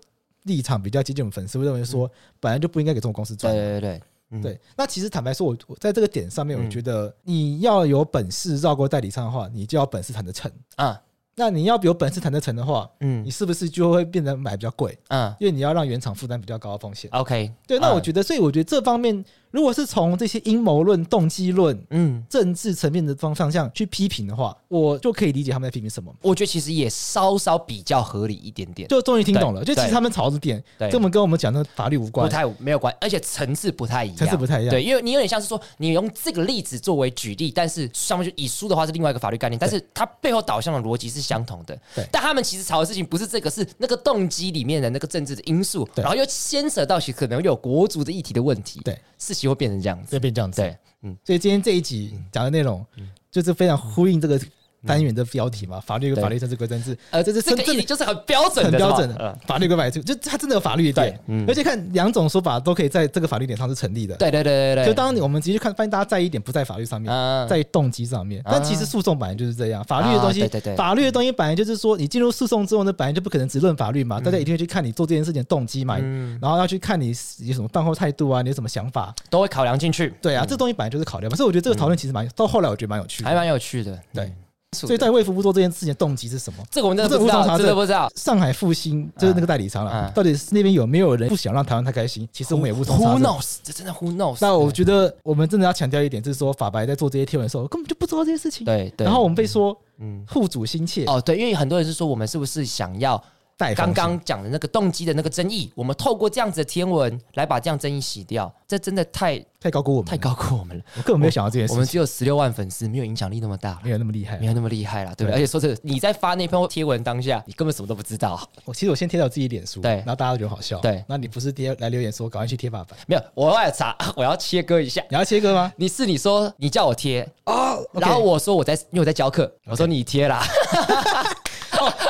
Speaker 3: 立场比较接近我们粉丝，会认为
Speaker 4: 嗯
Speaker 3: 说本来就不应该给中国公司
Speaker 4: 对
Speaker 3: 赚。
Speaker 4: 对对对，嗯
Speaker 3: 对，那其实坦白说，我我在这个点上面，我
Speaker 4: 嗯
Speaker 3: 觉得你要有本事绕过代理商的话，你就要本事谈得成。
Speaker 4: 啊
Speaker 3: 那你要有本事谈得成的话，你
Speaker 4: 嗯
Speaker 3: 是不是就会变得买比较贵？
Speaker 4: 嗯
Speaker 3: 因为你要让原厂负担比较高的风险。
Speaker 4: ，OK，
Speaker 3: 对，那我
Speaker 4: 嗯
Speaker 3: 觉得，所以我觉得这方面，如果是从这些阴谋论、动机论、
Speaker 4: 嗯，
Speaker 3: 政治层面的方方向去批评的话，我就可以理解他们在批评什么。
Speaker 4: 我觉得其实也稍稍比较合理一点点，
Speaker 3: 就终于听懂了，就
Speaker 4: 对
Speaker 3: 其实他们吵的点
Speaker 4: 对
Speaker 3: 根本跟我们讲的法律无
Speaker 4: 不
Speaker 3: 关，
Speaker 4: 太没有关，而且层次不太一样，
Speaker 3: 层次不太一样
Speaker 4: 对，因为你有点像是说，你用这个例子作为举例，但是上面就以书的话是另外一个法律概念，但是它背后导向的逻辑是相同的。
Speaker 3: 对
Speaker 4: 但他们其实吵的事情不是这个，是那个动机里面的那个政治的因素，
Speaker 3: 对
Speaker 4: 然后又牵扯到其实可能有国足的议题的问题，
Speaker 3: 对，
Speaker 4: 事情会变成这样子
Speaker 3: 就。变这样子。
Speaker 4: 对，嗯，
Speaker 3: 所以今天这一集讲的内容，就是非常呼应这个单元的标题嘛，法律跟
Speaker 4: 嗯对
Speaker 3: 法律，政治归政治。
Speaker 4: 呃，
Speaker 3: 这是
Speaker 4: 这个
Speaker 3: 真正
Speaker 4: 议题就是很标准
Speaker 3: 很
Speaker 4: 的，
Speaker 3: 标准
Speaker 4: 是吧嗯
Speaker 3: 的。法律跟法律，就它真的有法律一点，而且看两种说法都可以在这个法律点上是成立的。
Speaker 4: 对对对对对，
Speaker 3: 就当你我们直接看，发现大家在意点不在法律上面，
Speaker 4: 嗯
Speaker 3: 在动机上面。但其实诉讼本来就是这样，法律的东西，
Speaker 4: 啊对对对嗯
Speaker 3: 法律的东西本来就是说，你进入诉讼之后呢，本来就不可能只论法律嘛，大家一定会去看你做这件事情的动机嘛，
Speaker 4: 嗯
Speaker 3: 然后要去看你有什么办后态度啊，你有什么想法。
Speaker 4: 都会考量进去，
Speaker 3: 对啊，这东西本来就是考量嘛，所以我觉得这个讨论其实蛮，到后来我觉得蛮有趣
Speaker 4: 嗯还
Speaker 3: 的。
Speaker 4: 蛮有趣的。
Speaker 3: 对
Speaker 4: 嗯，
Speaker 3: 所以在卫福部做这件事情的动机是什么？
Speaker 4: 这个我们真的
Speaker 3: 这
Speaker 4: 不知
Speaker 3: 无从查
Speaker 4: 道，真的
Speaker 3: 证
Speaker 4: 不知道。
Speaker 3: 上海复兴就是那个代理商了，
Speaker 4: 嗯
Speaker 3: 到底是那边有没有人不想让台湾太开心？其实我们也无从查
Speaker 4: Who
Speaker 3: 证。
Speaker 4: knows？这真的 Who knows？
Speaker 3: 那我觉得我们真的要强调一点，就是说法白在做这些贴文的时候，根本就不知道这些事情。
Speaker 4: 对对，
Speaker 3: 然后我们被说
Speaker 4: 嗯
Speaker 3: 护主心切，
Speaker 4: 哦，对，因为很多人是说我们是不是想要
Speaker 3: 带风
Speaker 4: 刚
Speaker 3: 险
Speaker 4: 刚讲的那个动机的那个争议，我们透过这样子的天文来把这样争议洗掉，这真的太
Speaker 3: 太高估我们了，
Speaker 4: 太高估我们了。
Speaker 3: 我根本没有想到这件
Speaker 4: 我
Speaker 3: 事
Speaker 4: 们
Speaker 3: 情，
Speaker 4: 只有十六万粉丝，没有影响力那么大了
Speaker 3: 没有那么厉害
Speaker 4: 没。有那么厉害了，对不对？而且说这个，你在发那篇贴文当下，你根本什么都不知道。
Speaker 3: 我其实我先贴到我自己脸书，
Speaker 4: 对
Speaker 3: 然后大家都觉得好笑，
Speaker 4: 对
Speaker 3: 那你不是贴来留言说赶快去贴法白，
Speaker 4: 没有，我要查， 我要切割一下。
Speaker 3: 你要切割吗？
Speaker 4: 你是你说你叫我贴，
Speaker 3: 哦 OK
Speaker 4: 然后我说我在，因为我在教课，我说你贴 啦。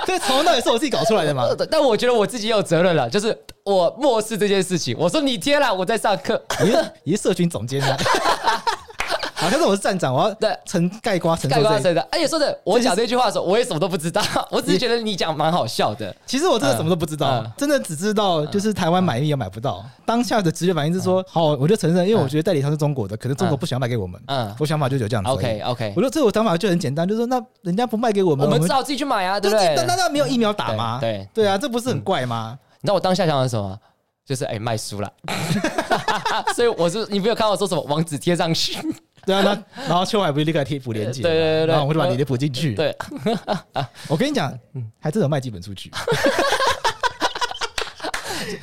Speaker 3: 这从头到尾是我自己搞出来的嘛？
Speaker 4: 呃但我觉得我自己也有责任了，就是我漠视这件事情。我说你贴啦，我在上课。
Speaker 3: 你是你是社群总监啊？好，但是我是站长，我要
Speaker 4: 对
Speaker 3: 承盖瓜承
Speaker 4: 盖
Speaker 3: 受
Speaker 4: 棺
Speaker 3: 这一。
Speaker 4: 谁的？而且说真的，我讲这句话的时候，我也什么都不 知道，我只是觉得你讲蛮好笑的。
Speaker 3: 其实我真的什么都不知道，
Speaker 4: 嗯嗯
Speaker 3: 真的只知道就是台湾买也买不到。当下的直觉反应是说，好，我就承认，因为我觉得代理商是中国的，可能中国不想卖给我们。
Speaker 4: 嗯
Speaker 3: 我想法就有这样子而已。
Speaker 4: OK OK，
Speaker 3: 我说这个想法就很简单，就是说那人家不卖给我
Speaker 4: 我
Speaker 3: 们，
Speaker 4: 们只好自己去买啊，对
Speaker 3: 对
Speaker 4: 不
Speaker 3: 对
Speaker 4: 对？
Speaker 3: 那那
Speaker 4: 你
Speaker 3: 那没有疫苗打吗？
Speaker 4: 对嗯对
Speaker 3: 对啊，这不是很怪吗？
Speaker 4: 知道我当下想的是什么？ 就是哎，卖书了。所以我是你没有看到我说什么网址贴上去，
Speaker 3: 对啊，那然后秋海不是立刻贴补连接嘛，
Speaker 4: 对对对对
Speaker 3: 然后我们就把你的补进去。
Speaker 4: 对，
Speaker 3: 我跟你讲，
Speaker 4: 嗯
Speaker 3: 还真的有卖几本出去，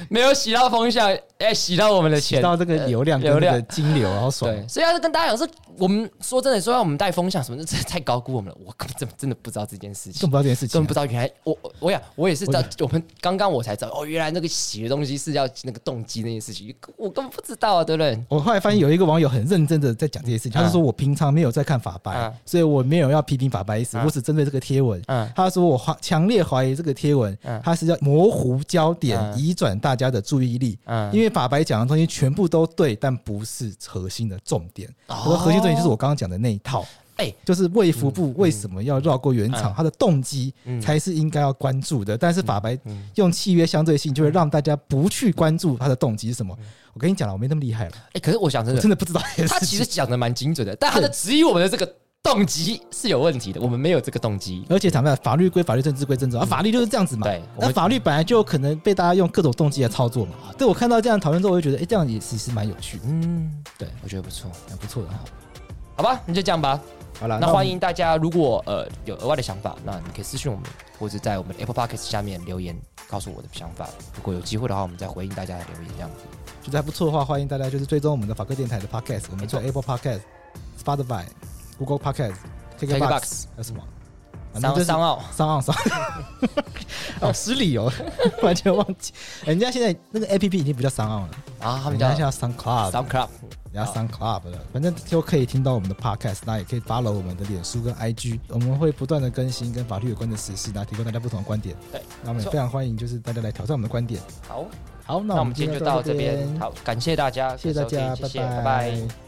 Speaker 4: 没有洗到风向，哎、洗到我们的钱，
Speaker 3: 提到这个流量跟
Speaker 4: 呃流
Speaker 3: 这个
Speaker 4: 量
Speaker 3: 金流，好爽。啊
Speaker 4: 对，所以要是跟大家讲说，我们说真的，说要我们带风向什么的，这太高估我们了。我根本真的真的不知道这件事
Speaker 3: 更
Speaker 4: 情
Speaker 3: 不知，道这件事情
Speaker 4: 根
Speaker 3: 啊
Speaker 4: 本不，知道原来我我我想我也是
Speaker 3: 我
Speaker 4: 到我们刚刚我才知道哦，原来那个洗的东西是要那个动机那件事情，我根本不知道啊，对不对？
Speaker 3: 我后来发现有一个网友很认真的在讲这些事情，
Speaker 4: 啊
Speaker 3: 他是说我平常没有在看法白
Speaker 4: 嗯，
Speaker 3: 所以我没有要批评法白意思，
Speaker 4: 嗯
Speaker 3: 我只针对这个贴文
Speaker 4: 嗯。
Speaker 3: 他说我怀强烈怀疑这个贴文
Speaker 4: 嗯，
Speaker 3: 他是要模糊焦点，
Speaker 4: 嗯
Speaker 3: 移转大家的注意力
Speaker 4: 嗯，
Speaker 3: 因为法白讲的东西全部都对，但不是核心的重点。
Speaker 4: 哦
Speaker 3: 我说核心重点就是我刚刚讲的那一套。
Speaker 4: 哎、
Speaker 3: 就是卫福部为什么要绕过原厂，它的动机
Speaker 4: 嗯
Speaker 3: 才是应该要关注的。但是法白用契约相对性，就会让大家不去关注它的动机是什么。
Speaker 4: 嗯
Speaker 3: 我跟你讲了，我没那么厉害了，
Speaker 4: 哎、可是我想真
Speaker 3: 我
Speaker 4: 的，
Speaker 3: 真的不知道这件事情。
Speaker 4: 他其实讲的蛮精准的，但他的
Speaker 3: 对
Speaker 4: 质疑我们的这个动机是有问题的，我们没有这个动机。
Speaker 3: 而且坦白讲，法律归法律，政治归政治，啊，法律就是这样子嘛。
Speaker 4: 嗯对我
Speaker 3: 那
Speaker 4: 们
Speaker 3: 法律本来就有可能被大家用各种动机来操作嘛。对我看到这样的讨论之后，我就觉得，哎、这样也其实蛮有趣的，
Speaker 4: 嗯，对，我觉得不错，
Speaker 3: 蛮不错的哈。
Speaker 4: 好吧，那就这样吧。
Speaker 3: 好了，
Speaker 4: 那
Speaker 3: 我们
Speaker 4: 欢迎大家，如果呃有额外的想法，那你可以私信我们，或者在我们的 Apple Podcast 下面留言，告诉我的想法。如果有机会的话，我们再回应大家的留言，这样子。
Speaker 3: 觉得还不错的话，欢迎大家就是追踪我们的法科电台的 podcast，我们在 Apple Podcast、Spotify、Google Podcast、
Speaker 4: KKBOX
Speaker 3: 还有什么？反正就
Speaker 4: 商
Speaker 3: 是
Speaker 4: 商奥，
Speaker 3: 上岸 上岸，哦，失礼哦，完全忘记。人家现在那个 A P P 已经不叫上岸了，
Speaker 4: 啊，他
Speaker 3: 他
Speaker 4: 们
Speaker 3: 们
Speaker 4: 叫
Speaker 3: 家叫 Sun Club，
Speaker 4: Sound Club，
Speaker 3: 人家 Sun Club 了。反正就可以听到我们的 Podcast，那也可以 follow 我们的脸书跟 I G，我们会不断的更新跟法律有关的时事，那提供大家不同的观点。
Speaker 4: 对，
Speaker 3: 那我们
Speaker 4: 没
Speaker 3: 也
Speaker 4: 错
Speaker 3: 非常欢迎就是大家来挑战我们的观点。
Speaker 4: 好，
Speaker 3: 好，那
Speaker 4: 那
Speaker 3: 我
Speaker 4: 我
Speaker 3: 们
Speaker 4: 们今
Speaker 3: 今天
Speaker 4: 天就
Speaker 3: 就
Speaker 4: 到
Speaker 3: 到
Speaker 4: 这
Speaker 3: 这
Speaker 4: 边
Speaker 3: 边，，
Speaker 4: 好，感谢大家的
Speaker 3: 谢谢
Speaker 4: 收
Speaker 3: 大
Speaker 4: 听，
Speaker 3: 家，
Speaker 4: 谢谢，
Speaker 3: 拜
Speaker 4: 拜拜。